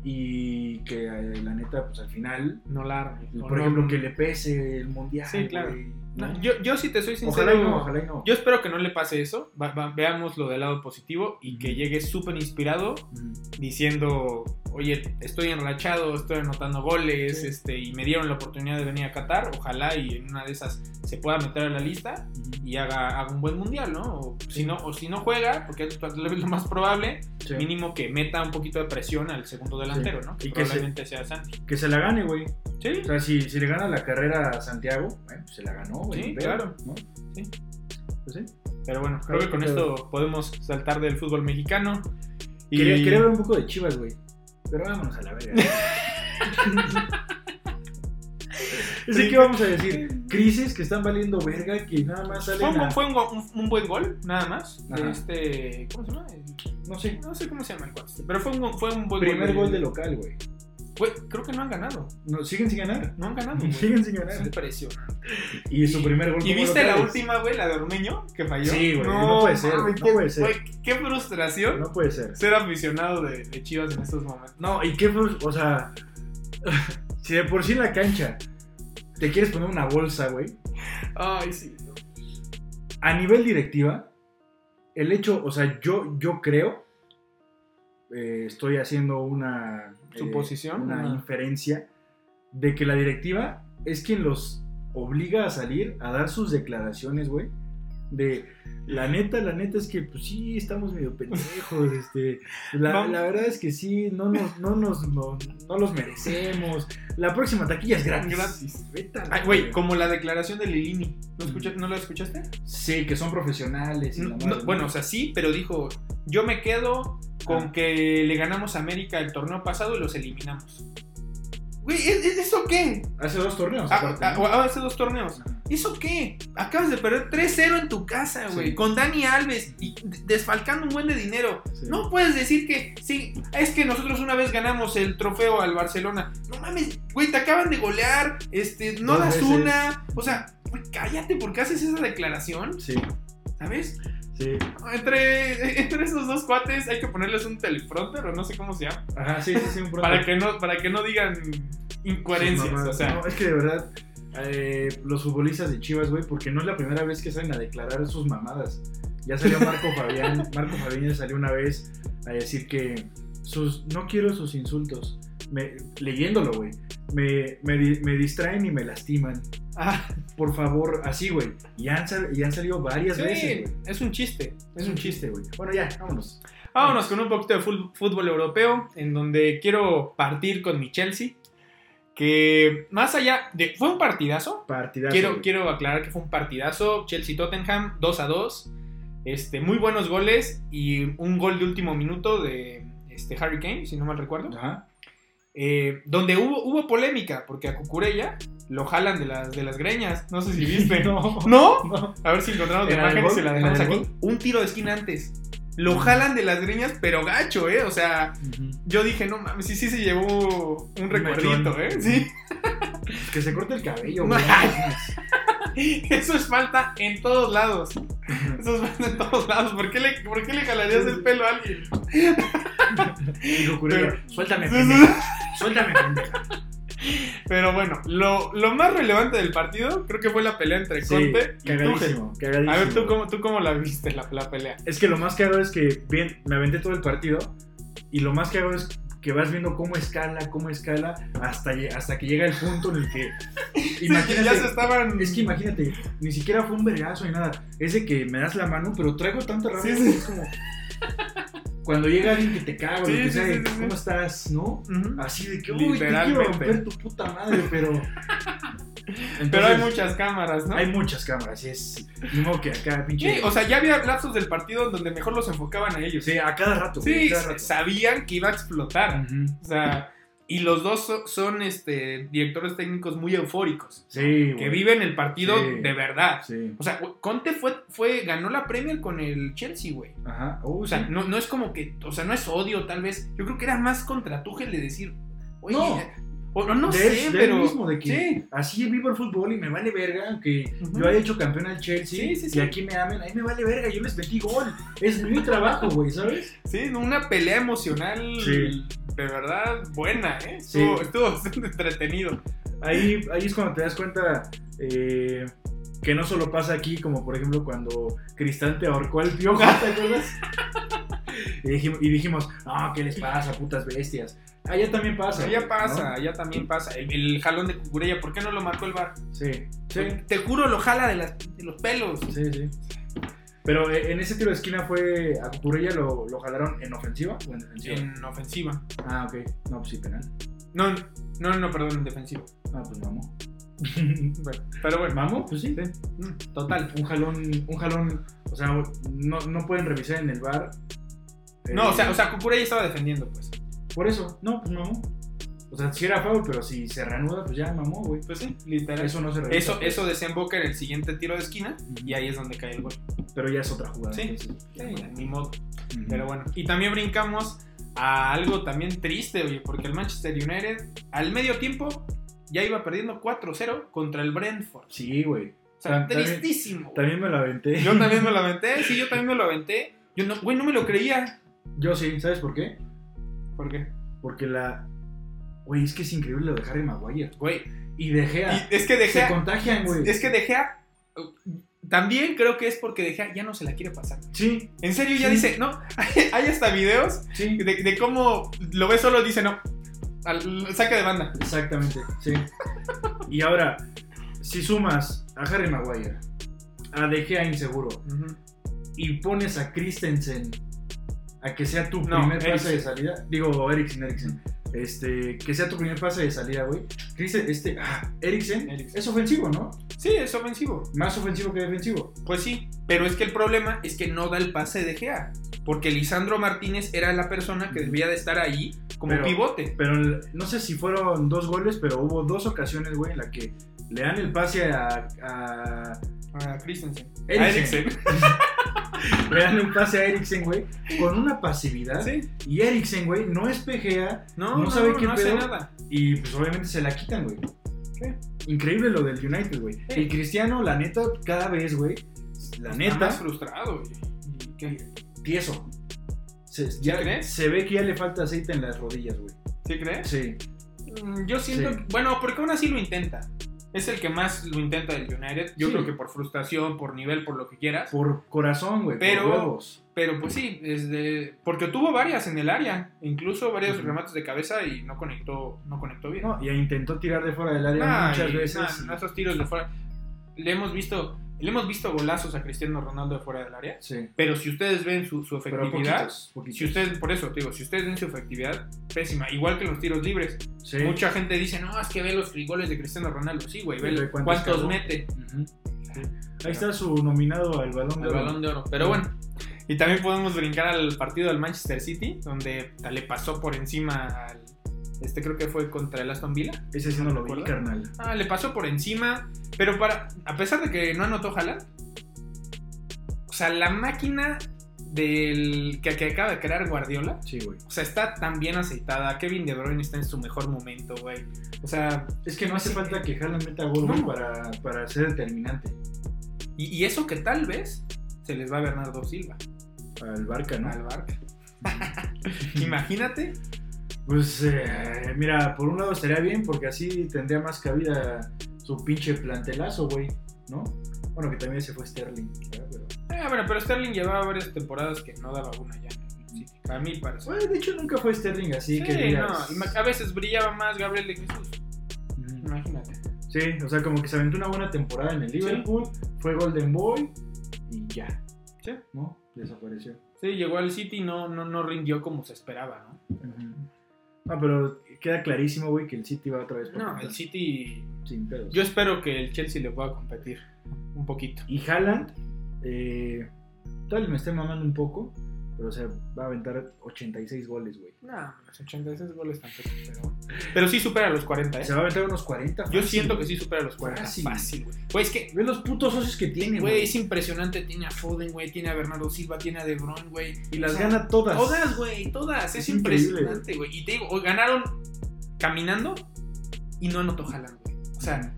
A: Y que eh, la neta, pues al final,
B: No la arme.
A: por
B: O no-
A: ejemplo, que le pese el mundial.
B: Sí, claro.
A: güey,
B: No,
A: ¿no?
B: yo, yo si te soy sincero,
A: Ojalá y no, ojalá y no.
B: yo espero que no le pase eso. Va- va- veamos lo del lado positivo y que llegue súper inspirado
A: Mm.
B: diciendo, oye, estoy enrachado, estoy anotando goles,
A: Sí.
B: este, y me dieron la oportunidad de venir a Qatar, ojalá y en una de esas se pueda meter a la lista
A: Y-
B: y haga, haga un buen mundial, ¿no? O si no, o si no juega, porque es lo más probable,
A: Sí.
B: mínimo que meta un poquito de presión al segundo delantero,
A: Sí.
B: ¿no?
A: Y
B: Que
A: que
B: probablemente sea Santi.
A: Que se la gane, güey.
B: Sí,
A: O sea, si, si le gana la carrera a Santiago, bueno, pues se la ganó, güey.
B: Sí,
A: Pero,
B: claro.
A: ¿no?
B: Sí.
A: Pues sí.
B: pero bueno, creo que con esto podemos saltar del fútbol mexicano. Y
A: Quería, quería hablar un poco de Chivas, güey. Pero vámonos a la verga. Así que vamos a decir, crisis que están valiendo verga, que nada más salen
B: Fue, un,
A: a-
B: fue un, go- un- un buen gol, nada más. de
A: Ajá.
B: este, ¿Cómo se llama? El-
A: No sé,
B: No sé cómo se llama el cuate. Pero fue un, go- fue un buen
A: primer
B: gol.
A: gol de local, güey.
B: Güey, creo que no han ganado.
A: No, siguen sin ganar.
B: No han ganado, güey.
A: Siguen sin
B: Es
A: ganar.
B: impresionante.
A: Y su primer gol
B: ¿Y
A: como
B: viste la
A: locales.
B: última, güey, la de Ormeño, que falló?
A: Sí, güey, no puede ser,
B: mames,
A: no
B: qué-
A: puede ser.
B: güey, qué frustración
A: No puede ser.
B: ser aficionado de, de Chivas en estos momentos.
A: No, y qué, frus- o sea, si de por sí en la cancha te quieres poner una bolsa, güey,
B: Ay, sí. no.
A: a nivel directiva, el hecho, o sea, yo, yo creo, eh, estoy haciendo una eh,
B: Suposición,
A: una
B: una-
A: inferencia de que la directiva es quien los obliga a salir a dar sus declaraciones, güey. De la neta, la neta es que, pues sí, estamos medio pendejos, este. La,
B: Vamos.
A: la verdad es que sí, no nos, no nos, no, no los merecemos. La próxima taquilla es gratis.
B: Gratis.
A: Vete a la
B: Ay, güey,
A: verga.
B: como la declaración de Lilini. ¿No, escucha- no la escuchaste?
A: Sí, que son profesionales. y la
B: No,
A: madre, ¿no?
B: bueno, o sea, sí, pero dijo, yo me quedo con
A: Ah.
B: que le ganamos a América el torneo pasado y los eliminamos. Güey, ¿es- es- ¿eso qué?
A: Hace dos torneos.
B: Ah,
A: aparte,
B: ah,
A: ¿no?
B: ah, hace dos torneos. ¿Eso qué? Acabas de perder 3-0 en tu casa,
A: Sí.
B: güey. Con Dani Alves y d- desfalcando un buen de dinero.
A: Sí.
B: No puedes decir que sí. Es que nosotros una vez ganamos el trofeo al Barcelona. No mames, güey, te acaban de golear. Este, no
A: Dos
B: das
A: veces.
B: una. O sea, güey, cállate, ¿por qué haces esa declaración?
A: Sí,
B: ¿Sabes?
A: sí.
B: Entre, entre esos dos cuates hay que ponerles un teleprompter o no sé cómo se llama.
A: Ajá, sí, sí, sí, un
B: Para que no, para que no digan incoherencias.
A: Sí, mamá,
B: o sea,
A: no, es que de verdad, eh, los futbolistas de Chivas, güey, porque no es la primera vez que salen a declarar sus mamadas. Ya salió Marco Fabián, Marco Fabián ya salió una vez a decir que sus, no quiero sus insultos. Me- leyéndolo, güey. Me, me di- me distraen y me lastiman.
B: ah,
A: Por favor, así, güey. Y han, sal- y han salido varias
B: sí,
A: veces, güey.
B: es un chiste.
A: Es un chiste, güey. Bueno, ya, vámonos.
B: Vámonos con un poquito de fut- fútbol europeo, en donde quiero partir con mi Chelsea, que más allá de... Fue un partidazo,
A: Partidazo.
B: quiero,
A: güey.
B: quiero aclarar que fue un partidazo, Chelsea-Tottenham, 2 a 2, este, muy buenos goles y un gol de último minuto de este, Harry Kane, si no mal recuerdo,
A: Ajá.
B: eh, donde hubo, hubo polémica, porque a Cucurella lo jalan de las, de las greñas, no sé si viste.
A: No.
B: ¿No?
A: no.
B: A ver si encontramos la
A: ¿En la del
B: imagen y
A: gol?
B: se la
A: ¿En la
B: dejamos
A: del
B: aquí. Un tiro de esquina antes. Lo jalan de las greñas, pero gacho, ¿eh? O sea, yo dije, no mames, sí, sí se llevó un recuerdito,
A: mechón.
B: ¿eh? Sí.
A: Que se corte el cabello, güey.
B: Eso es falta en todos lados. Eso es falta en todos lados. ¿Por qué le, por qué le jalarías el pelo a alguien?
A: Y Cucurella, suéltame,
B: Sí,
A: pendeja. Suéltame, pendeja.
B: Pero bueno, lo, lo más relevante del partido creo que fue la pelea entre Conte y Tuchel.
A: cagadísimo, cagadísimo.
B: A ver, ¿tú cómo, ¿tú cómo la viste la, la pelea?
A: Es que lo más caro es que bien, me aventé todo el partido y lo más caro es que vas viendo cómo escala, cómo escala, hasta, lle- hasta que llega el punto en el que...
B: Imagínate, ya se estaban...
A: Es que imagínate, ni siquiera fue un vergazo ni nada. Es de que me das la mano, pero traigo tanta rabia
B: Sí,
A: que
B: sí.
A: es como... Cuando llega alguien que te caga,
B: Sí,
A: lo que
B: sí,
A: sea,
B: sí, sí, sí.
A: ¿cómo estás? ¿No?
B: Ujú.
A: Así de que, uy, te quiero
B: Literalmente.
A: romper tu puta madre, pero...
B: Pero hay
A: Entonces-
B: muchas cámaras, ¿no?
A: Hay muchas cámaras, sí, es. Ni modo que acá, pinche.
B: Sí, o sea, ya había lapsos del partido en donde mejor los enfocaban a ellos.
A: Sí, a cada rato. güey,
B: Sí,
A: a cada rato.
B: sabían que iba a explotar.
A: Ujú.
B: O sea, y los dos so- son este, directores técnicos muy eufóricos,
A: Sí,
B: que
A: güey.
B: viven el partido
A: Sí.
B: de verdad.
A: Sí.
B: O sea, güey, Conte fue, fue, ganó la Premier con el Chelsea, güey.
A: Ajá. Uh,
B: O sea,
A: sí.
B: no, no es como que, o sea, no es odio tal vez. Yo creo que era más contra Tuchel de decir, oye,
A: No.
B: o, no, no
A: De
B: sé,
A: él- de él
B: pero...
A: mismo, de que-
B: Sí.
A: Así vivo el fútbol y me vale verga que
B: Ujú.
A: yo haya hecho campeón al Chelsea
B: Sí, sí, sí.
A: y aquí me amen. Ahí me vale verga, yo les metí gol. Es mi trabajo, güey, ¿sabes?
B: Sí, una pelea emocional
A: Sí.
B: de verdad buena, ¿eh? Estuvo,
A: Sí.
B: estuvo bastante entretenido.
A: Ahí, ahí es cuando te das cuenta eh, que no solo pasa aquí, como por ejemplo cuando Cristante ahorcó al piojo, ¿te acuerdas? y, dijimos, y dijimos, ah, ¿qué les pasa, putas bestias? Allá también pasa.
B: allá
A: güey,
B: pasa, allá también pasa. El, el jalón de Cucurella, ¿por qué no lo marcó el bar?
A: ¿no? Sí, sí,
B: Te juro, lo jala de, las- de los pelos.
A: sí, sí. Pero eh, en ese tiro de esquina fue a Cucurella lo, lo jalaron en ofensiva o en defensiva.
B: En ofensiva.
A: Ah, ok. No, pues sí, penal.
B: No, no, no, perdón, en defensiva.
A: Ah, pues mamó.
B: Bueno, pero bueno,
A: ¿Mamó? Pues sí.
B: mm, total.
A: Un jalón, un jalón. O sea, no, no pueden revisar en el bar. Eh,
B: No, o sea, o sea, Cucurella estaba defendiendo, pues.
A: Por eso, no, pues no. O sea, si era foul, pero si se reanuda, pues ya mamó, güey.
B: Pues sí, literal. Eso,
A: Eso no se pues. reanuda.
B: eso, desemboca en el siguiente tiro de esquina y ahí es donde cae el gol.
A: Pero ya es otra jugada.
B: Sí.
A: entonces.
B: ni modo.
A: Ujú.
B: Pero bueno. Y también brincamos a algo también triste, oye, porque el Manchester United al medio tiempo ya iba perdiendo 4-0 contra el Brentford.
A: Sí, güey.
B: O sea,
A: También-
B: tristísimo.
A: También me la aventé.
B: Yo también me lo aventé, sí, yo también me lo aventé. Yo no, güey, no me lo creía.
A: Yo sí, ¿sabes por qué?
B: ¿Por qué?
A: Porque la. Güey, es que es increíble lo de Harry Maguire.
B: Güey,
A: Y de Gea.
B: y es que dejé.
A: Se contagian, güey.
B: Es que dejé. a- También creo que es porque dejé. a- Ya no se la quiere pasar.
A: Sí,
B: En serio, ya
A: Sí.
B: dice, no. Hay hasta videos
A: sí.
B: de, de cómo lo ve solo, dice, no. al- lo saca de banda.
A: Exactamente, sí. Y ahora, si sumas a Harry Maguire, a De Gea inseguro, y pones a Christensen a que sea tu
B: No,
A: primer
B: Eriksen.
A: pase de salida, digo, Eriksen, Eriksen, este, que sea tu primer pase de salida, güey. Christen- este, ah, Eriksen,
B: Eriksen.
A: es ofensivo, ¿no?
B: Sí, es ofensivo.
A: Más ofensivo que defensivo.
B: Pues sí, pero es que el problema es que no da el pase de Gea. Porque Lisandro Martínez era la persona que debía de estar ahí como
A: Pero-
B: pivote.
A: Pero el- no sé si fueron dos goles, pero hubo dos ocasiones, güey, en la que le dan el pase a, a
B: A Christensen. A
A: Eriksen. Le dan un pase a Eriksen, güey, con una pasividad.
B: Sí.
A: Y Eriksen, güey, no espejea
B: No,
A: No
B: no,
A: sabe qué
B: no hace
A: pedo.
B: nada.
A: y pues obviamente se la quitan, güey. Increíble lo del United, güey.
B: Sí.
A: Y Cristiano, la neta, cada vez, güey, la
B: Está
A: neta,
B: Pues más frustrado. güey. ¿Y qué?
A: tieso. Se, ya-
B: crees?
A: se ve que ya le falta aceite en las rodillas, güey.
B: ¿Sí crees?
A: Sí.
B: Mm, Yo siento,
A: Sí.
B: que- bueno, porque aún así lo intenta. Es el que más lo intenta del United. Yo
A: Sí.
B: creo que por frustración, por nivel, por lo que quieras.
A: Por corazón, güey.
B: Pero-
A: Por huevos.
B: Pero pues sí, es de- porque tuvo varias en el área, incluso varios
A: Ujú.
B: remates de cabeza y no conectó, no conectó bien.
A: No, y intentó tirar de fuera del área
B: Nah,
A: muchas
B: y-
A: veces.
B: nah, nah, esos tiros de fuera. Le hemos visto, le hemos visto golazos a Cristiano Ronaldo de fuera del área.
A: Sí.
B: Pero si ustedes ven su, su
A: Pero
B: efectividad,
A: poquitos, poquitos.
B: si ustedes, por eso te digo, si ustedes ven su efectividad, pésima. Igual que los tiros libres.
A: Sí.
B: Mucha gente dice, no, es que ve los goles de Cristiano Ronaldo. Sí, güey, ve
A: Ve
B: cuántos,
A: cuántos clavó.
B: mete
A: Ujú. Sí. Ahí está su nominado al balón de
B: al
A: oro.
B: balón de oro. Pero bueno. Y también podemos brincar al partido del Manchester City, donde ah, le pasó por encima al. Este creo que fue contra el Aston Villa.
A: Ese sí no lo vi,
B: ¿Recuerdas?
A: carnal.
B: Ah, le pasó por encima. Pero para. A pesar de que no anotó Haaland. O sea, la máquina del. Que, que acaba de crear Guardiola.
A: Sí, güey.
B: O sea, está tan bien aceitada. Kevin De Bruyne está en su mejor momento, güey. O sea,
A: Es que no hace
B: Sí.
A: falta que Haaland meta gol, güey,
B: No.
A: para, para ser determinante.
B: Y, y eso que tal vez se les va a Bernardo Silva
A: Al Barca, ¿no?
B: al Barca. Imagínate.
A: Pues, eh, mira, por un lado estaría bien, porque así tendría más cabida su pinche plantelazo, güey, ¿no? Bueno, que también se fue Sterling, ¿verdad? Pero-
B: Ah, bueno, pero Sterling llevaba varias temporadas que no daba una ya. Sí, Para mí parece.
A: Güey, pues, de hecho, nunca fue Sterling así
B: Sí,
A: que
B: no.
A: digas-
B: ima- A veces brillaba más Gabriel de Jesús.
A: Ujú.
B: Imagínate.
A: Sí, o sea, como que se aventó una buena temporada en el Liverpool, fue Golden Boy y ya.
B: Sí.
A: ¿No? Desapareció.
B: Sí, llegó al City y no, no, no rindió como se esperaba, ¿no?
A: No, Ah, pero queda clarísimo, güey, que el City va otra vez por
B: No,
A: puntas,
B: el City.
A: sin pedos.
B: Yo espero que el Chelsea le pueda competir un poquito.
A: Y Haaland, eh, tal vez me esté mamando un poco, pero o sea, va a aventar 86 goles, güey.
B: No, los 86 goles tampoco. Pero, pero sí supera los 40, ¿eh?
A: Se va a aventar unos 40.
B: Yo
A: fácil,
B: siento que
A: güey.
B: sí supera los 40.
A: Fácil.
B: Fácil, güey. Güey, es que
A: Ve los putos socios que tiene,
B: Güey,
A: güey.
B: es impresionante. Tiene a Foden, güey. Tiene a Bernardo Silva. Tiene a De Bruyne, güey.
A: Y las
B: O sea,
A: gana todas.
B: Todas, güey. Todas. Es,
A: Es increíble,
B: impresionante, güey. Y te digo, hoy ganaron caminando y no anotó Haaland, güey. O sea,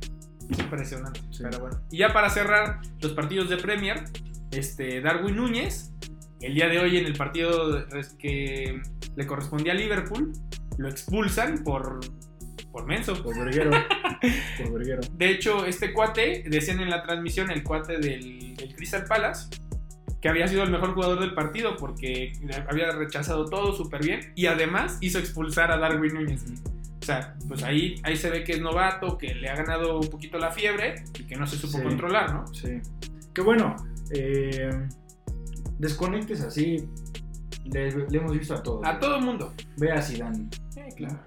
B: es impresionante.
A: Sí.
B: Pero bueno. Y ya para cerrar los partidos de Premier, este, Darwin Núñez, el día de hoy en el partido res- que le correspondía a Liverpool, lo expulsan por, por menso.
A: Por verguero. por verguero.
B: De hecho, este cuate, decían en la transmisión, el cuate del, del Crystal Palace, que había sido el mejor jugador del partido porque había rechazado todo súper bien y además hizo expulsar a Darwin Núñez. O sea, pues ahí, ahí se ve que es novato, que le ha ganado un poquito la fiebre y que no se supo
A: Sí.
B: controlar, ¿no?
A: Sí. Que bueno, eh, desconectes así. Le, le hemos visto a todos.
B: A todo el mundo.
A: Ve a Zidane. claro.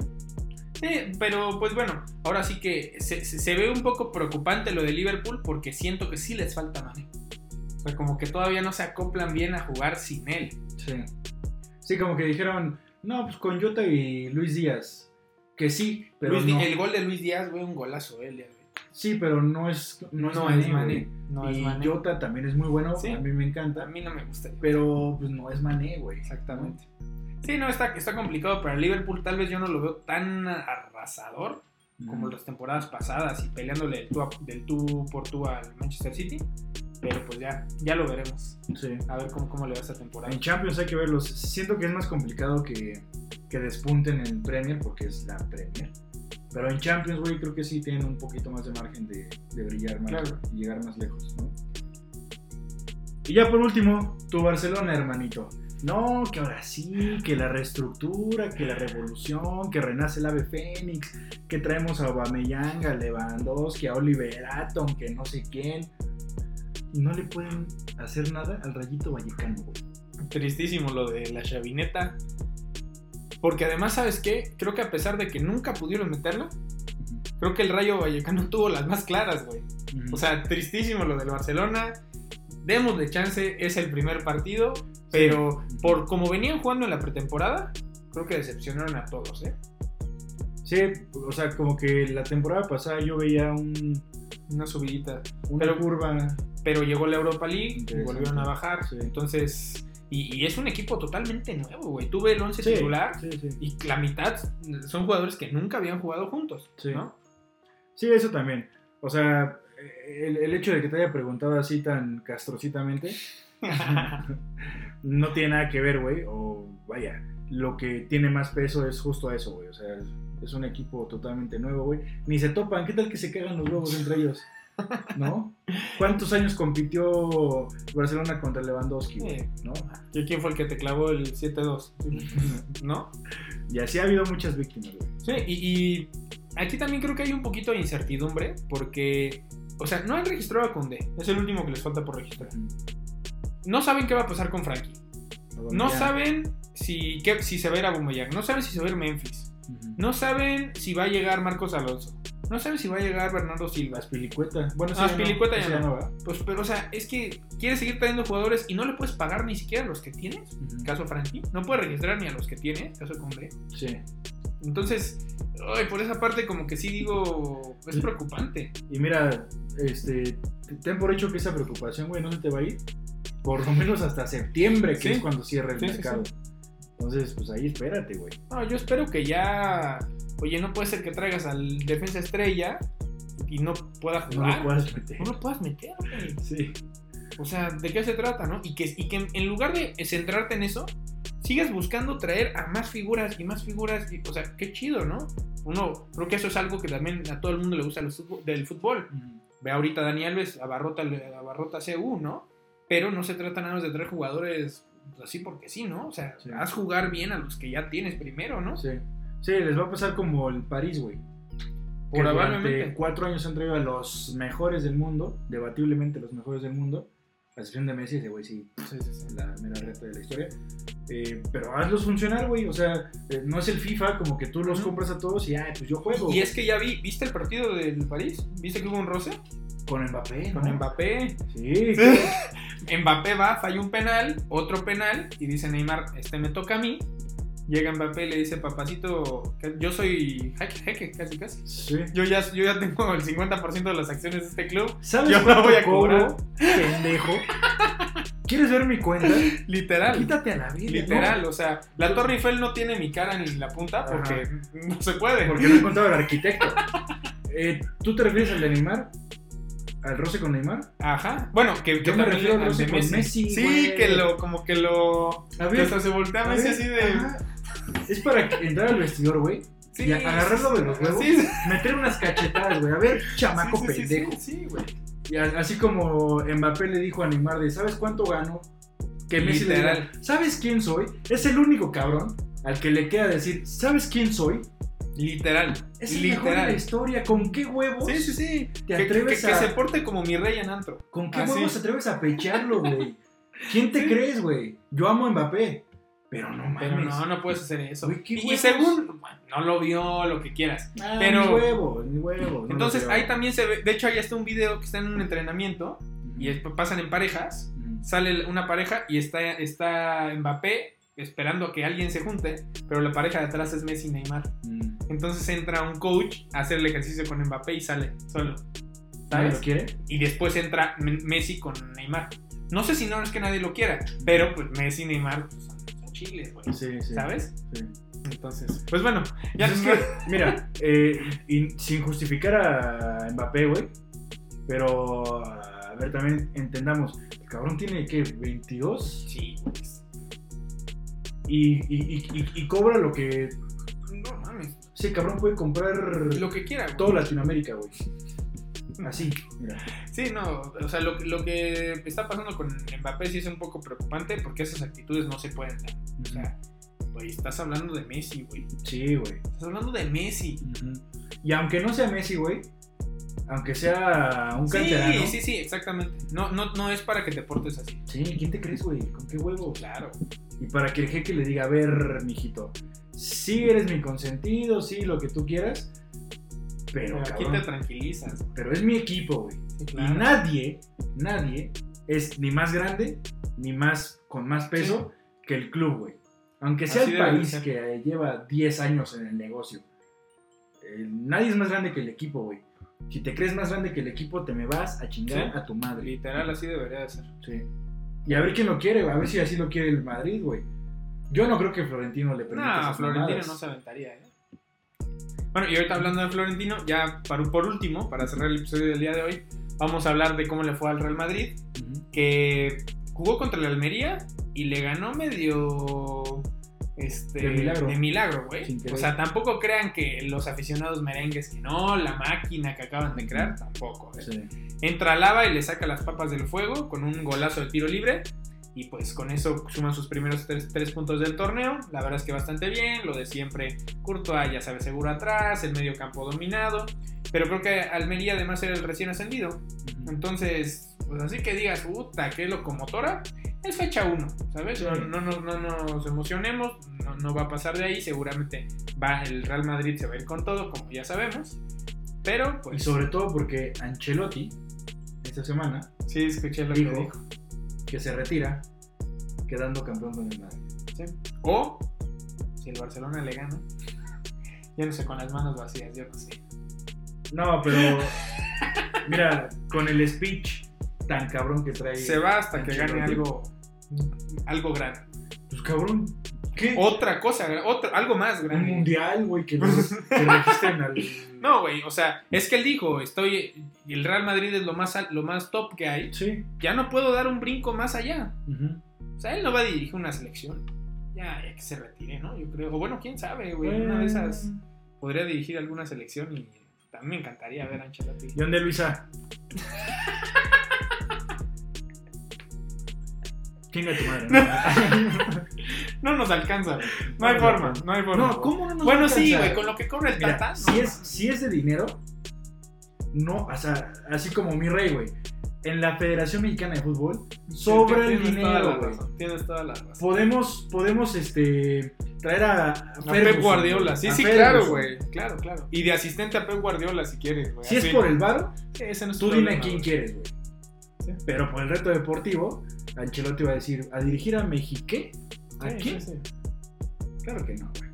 B: Sí, pero pues bueno, ahora sí que se, se- se ve un poco preocupante lo de Liverpool porque siento que sí les falta Mane. O sea, como que todavía no se acoplan bien a jugar sin él.
A: Sí. Sí, como que dijeron, no, pues con Jota y Luis Díaz. que sí, pero
B: Luis Di-
A: no.
B: El gol de Luis Díaz, güey, un golazo, eh, él. güey.
A: Sí, pero no es no es Mané, güey.
B: No
A: y
B: es Mané.
A: Jota también es muy bueno,
B: Sí.
A: a mí me
B: A
A: encanta,
B: mí no me gusta.
A: pero pues no es Mané, güey.
B: Exactamente. Sí, no, está, está complicado para el Liverpool. Tal vez yo no lo veo tan arrasador como las temporadas pasadas y peleándole del tú, a- del tú por tú al Manchester City. Pero pues ya, ya lo veremos.
A: Sí.
B: A ver cómo, cómo le va esta temporada.
A: En Champions hay que verlos. Siento que es más complicado que, que despunten en Premier porque es la Premier. Pero en Champions, güey, creo que sí tienen un poquito más de margen de, de brillar más
B: Claro.
A: y llegar más lejos, ¿no? Y ya por último, tu Barcelona, hermanito. No, que ahora sí, que la reestructura, que la revolución, que renace el ave fénix, que traemos a Aubameyang, a Lewandowski, a Oliver Atom, que no sé quién. Y no le pueden hacer nada al Rayito Vallecano, güey.
B: Tristísimo lo de la chavineta. Porque además, ¿sabes qué? Creo que a pesar de que nunca pudieron meterla, creo que el Rayo Vallecano tuvo las más claras, güey. O sea, tristísimo lo del Barcelona. Démosle chance, es el primer partido, pero por como venían jugando en la pretemporada, creo que decepcionaron a todos, ¿eh?
A: sí, o sea, como que la temporada pasada yo veía un,
B: Una subidita.
A: una
B: Pero-
A: curva.
B: Pero llegó la Europa League y
A: Interesante.
B: volvieron a bajar.
A: Sí.
B: Entonces, y, y es un equipo totalmente nuevo, güey. Tuve el 11
A: Sí,
B: titular
A: Sí, sí.
B: y la mitad son jugadores que nunca habían jugado juntos,
A: Sí.
B: ¿no?
A: Sí, eso también. O sea, el, el hecho de que te haya preguntado así tan castrocitamente no tiene nada que ver, güey. O vaya, lo que tiene más peso es justo a eso, güey. O sea, es, es un equipo totalmente nuevo, güey. Ni se topan. ¿Qué tal que se cagan los huevos entre ellos? ¿No? ¿Cuántos años compitió Barcelona contra Lewandowski? güey?
B: Sí.
A: ¿No?
B: ¿Y quién fue el que te clavó el 7-2? ¿No?
A: Y así ha habido muchas víctimas, güey.
B: Sí, y, y aquí también creo que hay un poquito de incertidumbre porque, o sea, no han registrado a Conde, es el último que les falta por registrar. No saben qué va a pasar con Frankie, no
A: Pues Ya.
B: saben si, qué- si se va a ir a Bumayac, no saben si se va a ir Memphis,
A: Ujú.
B: no saben si va a llegar Marcos Alonso, no saben si va a llegar Bernardo Silva.
A: Aspilicueta. Bueno,
B: Ah, Aspilicueta ya
A: ese
B: no.
A: va.
B: Pues, pero, o sea, es que quieres seguir trayendo jugadores y no le puedes pagar ni siquiera a los que tienes,
A: Ujú.
B: caso Frankie, no puedes registrar ni a los que tienes, caso Conde.
A: Sí.
B: Entonces, ay, por esa parte como que sí digo, es preocupante.
A: Y mira, este, ten por hecho que esa preocupación, güey, no se te va a ir. Por lo menos hasta septiembre, que
B: Sí.
A: es cuando cierra el
B: Sí, sí,
A: mercado. Entonces, pues ahí espérate, güey.
B: No, yo espero que ya. Oye, no puede ser que traigas al defensa estrella y no pueda
A: No lo
B: jugar.
A: puedas meter.
B: No lo puedas meter, güey.
A: Sí.
B: O sea, ¿de qué se trata, no? Y que, y que en lugar de centrarte en eso, sigas buscando traer a más figuras y más figuras. y- o sea, qué chido, ¿no? Uno, creo que eso es algo que también a todo el mundo le gusta los fútbol- del fútbol. Ve ahorita a Dani Alves, abarrota, abarrota CU, ¿no? Pero no se trata nada más de traer jugadores así porque sí, ¿no? O sea,
A: Sí.
B: haz jugar bien a los que ya tienes primero, ¿no?
A: Sí. Sí, les va a pasar como el París, güey. Que durante
B: Probablemente.
A: cuatro años han traído a los mejores del mundo, debatiblemente los mejores del mundo. A excepción de Messi, ese güey sí la mera reta de la historia. Eh, pero hazlos funcionar, güey. O sea, eh, no es el FIFA como que tú los
B: Ujú.
A: compras a todos y, ah, pues yo juego.
B: Y es que ya vi, ¿viste el partido del París? ¿Viste que hubo un roce?
A: Con Mbappé.
B: Con
A: ¿no?
B: Mbappé.
A: Sí.
B: Mbappé va, falla un penal, otro penal, y dice Neymar, este me toca a mí. Llega Mbappé y le dice, papacito, yo soy jeque, jeque, casi casi.
A: sí.
B: Yo ya, yo ya tengo el 50% de las acciones de este club.
A: ¿Sabes
B: Yo no
A: cuánto
B: voy a
A: cobro,
B: cobrar.
A: pendejo? ¿Quieres ver mi cuenta?
B: Literal.
A: Quítate a la vida.
B: Literal, o sea, la Torre Eiffel no tiene mi cara ni la punta porque no se puede.
A: ¿no? Porque no he contado al arquitecto. Eh, ¿Tú te refieres al de Neymar? ¿Al roce con Neymar?
B: Ajá. Bueno, que, que
A: Yo me
B: también
A: refiero
B: le-
A: al roce
B: de
A: con Messi,
B: Sí,
A: güey.
B: que lo, como que lo.
A: A
B: Que hasta se
A: a
B: voltea Messi
A: ver,
B: así de.
A: ajá. Es para que- entrar al vestidor, güey.
B: Sí,
A: Y a- agarrarlo de los huevos.
B: Sí, sí,
A: Meter unas cachetadas, güey. A ver, chamaco
B: sí, sí, sí,
A: pendejo.
B: sí, güey.
A: Y a- así como Mbappé le dijo a Neymar de, ¿sabes cuánto gano? Que Messi le diga,
B: Literal.
A: ¿sabes quién soy? Es el único cabrón al que le queda decir, ¿sabes quién soy?
B: Literal.
A: Es el mejor de la
B: literal.
A: historia. ¿Con qué huevos?
B: Sí, sí, sí.
A: ¿Te
B: que,
A: atreves
B: que- que
A: a-
B: se porte como mi rey en antro.
A: ¿Con qué
B: Ah,
A: huevos
B: sí.
A: te atreves a pecharlo, güey? ¿Quién te
B: Sí.
A: crees, güey? Yo amo a Mbappé. Pero no mames.
B: Pero no, no puedes hacer eso.
A: Güey, qué
B: y, y
A: huevos.
B: según, bueno, no lo vio, lo que quieras.
A: Ah,
B: pero-
A: Ni huevo, ni huevo. no lo
B: Entonces
A: creo.
B: ahí también se ve, de hecho ahí está un video que está en un entrenamiento y es- pasan en parejas,
A: Ujú.
B: sale una pareja y está, está Mbappé esperando a que alguien se junte, pero la pareja de atrás es Messi y Neymar.
A: Mm.
B: Entonces entra un coach a hacer el ejercicio con Mbappé y sale solo.
A: ¿Nadie
B: ¿Sabes?
A: lo quiere?
B: Y después entra M- Messi con Neymar. No sé si no es que nadie lo quiera, pero pues Messi y Neymar pues, son, son chiles, güey.
A: Sí, sí.
B: ¿Sabes?
A: Sí.
B: Entonces, pues bueno, ya
A: Pues es
B: nos
A: que, mira, eh, y sin justificar a Mbappé, güey, pero a ver, también entendamos, el cabrón tiene que 22
B: Sí, pues.
A: y, y- y- y- y cobra lo que...
B: No mames.
A: Sí, cabrón puede comprar
B: Lo que quiera, güey.
A: todo Latinoamérica, güey. Así, mira.
B: Sí, no, o sea, lo, lo que está pasando con Mbappé sí es un poco preocupante porque esas actitudes no se pueden dar. O sea, güey, estás hablando de Messi, güey.
A: Sí, güey.
B: Estás hablando de Messi.
A: Ujú. Y aunque no sea Messi, güey, aunque sea un canterano...
B: Sí, sí, sí, exactamente. No, no, no es para que te portes así.
A: Sí, ¿quién te crees, güey? ¿Con qué huevo?
B: Claro.
A: Y para que el jeque le diga, a ver, mijito, sí eres mi consentido, sí, lo que tú quieras, pero,
B: Pero aquí
A: cabrón,
B: te tranquilizas. güey.
A: pero es mi equipo, güey.
B: Sí,
A: Y nadie, nadie es ni más grande, ni más con más peso que el club, güey. Aunque sea
B: Así
A: el
B: debe de
A: país
B: ser.
A: que lleva 10 años en el negocio, eh, nadie es más grande que el equipo, güey. Si te crees más grande que el equipo, te me vas a chingar
B: Sí.
A: a tu madre.
B: Literal, así debería de ser.
A: Sí. Y a ver quién lo quiere, güey. a ver si así lo quiere el Madrid, güey. Yo no creo que Florentino le permita.
B: No,
A: esas
B: Florentino
A: mamadas.
B: no se aventaría, ¿eh? Bueno, y ahorita hablando de Florentino, ya para, por último, para cerrar el episodio del día de hoy, vamos a hablar de cómo le fue al Real Madrid.
A: Ujú.
B: que jugó contra la Almería y le ganó medio este
A: De milagro.
B: de milagro, güey.
A: Sin querer.
B: O sea, tampoco crean que los aficionados merengues que no, la máquina que acaban de crear, tampoco. güey.
A: Sí.
B: Entra Lava y le saca las papas del fuego con un golazo de tiro libre. Y pues con eso suman sus primeros tres, tres puntos del torneo. La verdad es que bastante bien. Lo de siempre, Courtois ya sabe seguro atrás, el medio campo dominado. Pero creo que Almería además era el recién ascendido.
A: Ujú.
B: Entonces, pues así que digas, puta, qué locomotora, es fecha 1, ¿sabes?
A: Sí.
B: No, no, no- no nos emocionemos, no, no va a pasar de ahí, seguramente va el Real Madrid se va a ir con todo, como ya sabemos. Pero,
A: Y
B: pues,
A: sobre todo porque Ancelotti, esta semana,
B: sí, escuché lo que
A: dijo
B: dijo.
A: que se retira quedando campeón con el Madrid.
B: sí. O, si el Barcelona le gana, ya no sé, con las manos vacías, yo no sé.
A: No, pero. mira, con el speech tan cabrón que trae.
B: Se va hasta que gane
A: Ancelotti.
B: algo, algo grande.
A: Pues cabrón. ¿Qué?
B: Otra cosa, otra, algo más
A: Un
B: grande.
A: mundial, güey, que, los- que registren al.
B: No, güey, o sea, es que él dijo, estoy, el Real Madrid es lo más, al- lo más top que hay,
A: Sí.
B: ya no puedo dar un brinco más allá.
A: Ujú.
B: O sea, él no va a dirigir una selección. Ya, ya que se retire, ¿no? Yo creo, o bueno, quién sabe, güey, en una de esas podría dirigir alguna selección y también me encantaría ver a Ancelotti.
A: ¿Y dónde Luisa? Chinga tu madre. No,
B: No nos alcanza, güey. no hay forma, no hay forma.
A: No, ¿cómo no nos
B: Bueno,
A: alcanza?
B: sí, güey, con lo que corre el
A: Mira,
B: Tata, no,
A: si, es, si es de dinero, no, o sea, así como mi rey, güey. En la Federación Mexicana de Fútbol, sobra el
B: Tienes toda la
A: dinero, güey.
B: razón, Tienes toda la razón.
A: Podemos, podemos, este, traer a,
B: A
A: Ferguson,
B: Pep Guardiola, sí,
A: a
B: sí,
A: Ferguson.
B: claro, güey. Claro, claro. Y de asistente a Pep Guardiola, si quieres, güey.
A: Si es
B: así.
A: por el varo,
B: Ese no es
A: Tú
B: problema,
A: dime a quién
B: güey.
A: quieres, güey.
B: Sí.
A: Pero por el reto deportivo, Ancelotti va a decir, ¿a dirigir a Mexique? ¿A
B: Sí,
A: quién?
B: sí, sí.
A: Claro que no, güey.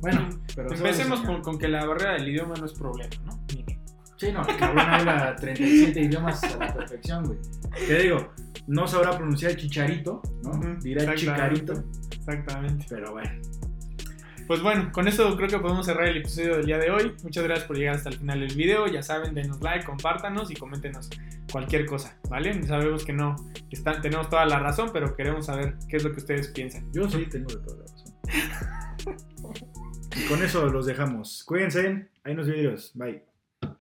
A: Bueno, pero...
B: Empecemos
A: solo
B: con, con que la barrera del idioma no es problema, ¿no?
A: soñar. Sí, no, el cabrón habla 37 idiomas a la perfección, güey. Te digo, no sabrá pronunciar chicharito, ¿no?
B: Ujú,
A: Dirá
B: exactamente.
A: chicarito,
B: Exactamente.
A: pero bueno.
B: Pues bueno, con eso creo que podemos cerrar el episodio del día de hoy. Muchas gracias por llegar hasta el final del video. Ya saben, denos like, compártanos y coméntenos cualquier cosa, ¿vale? Sabemos que no están, tenemos toda la razón, pero queremos saber qué es lo que ustedes piensan.
A: Yo sí tengo de toda la razón. Y con eso los dejamos. Cuídense. Ahí nos videos. Bye.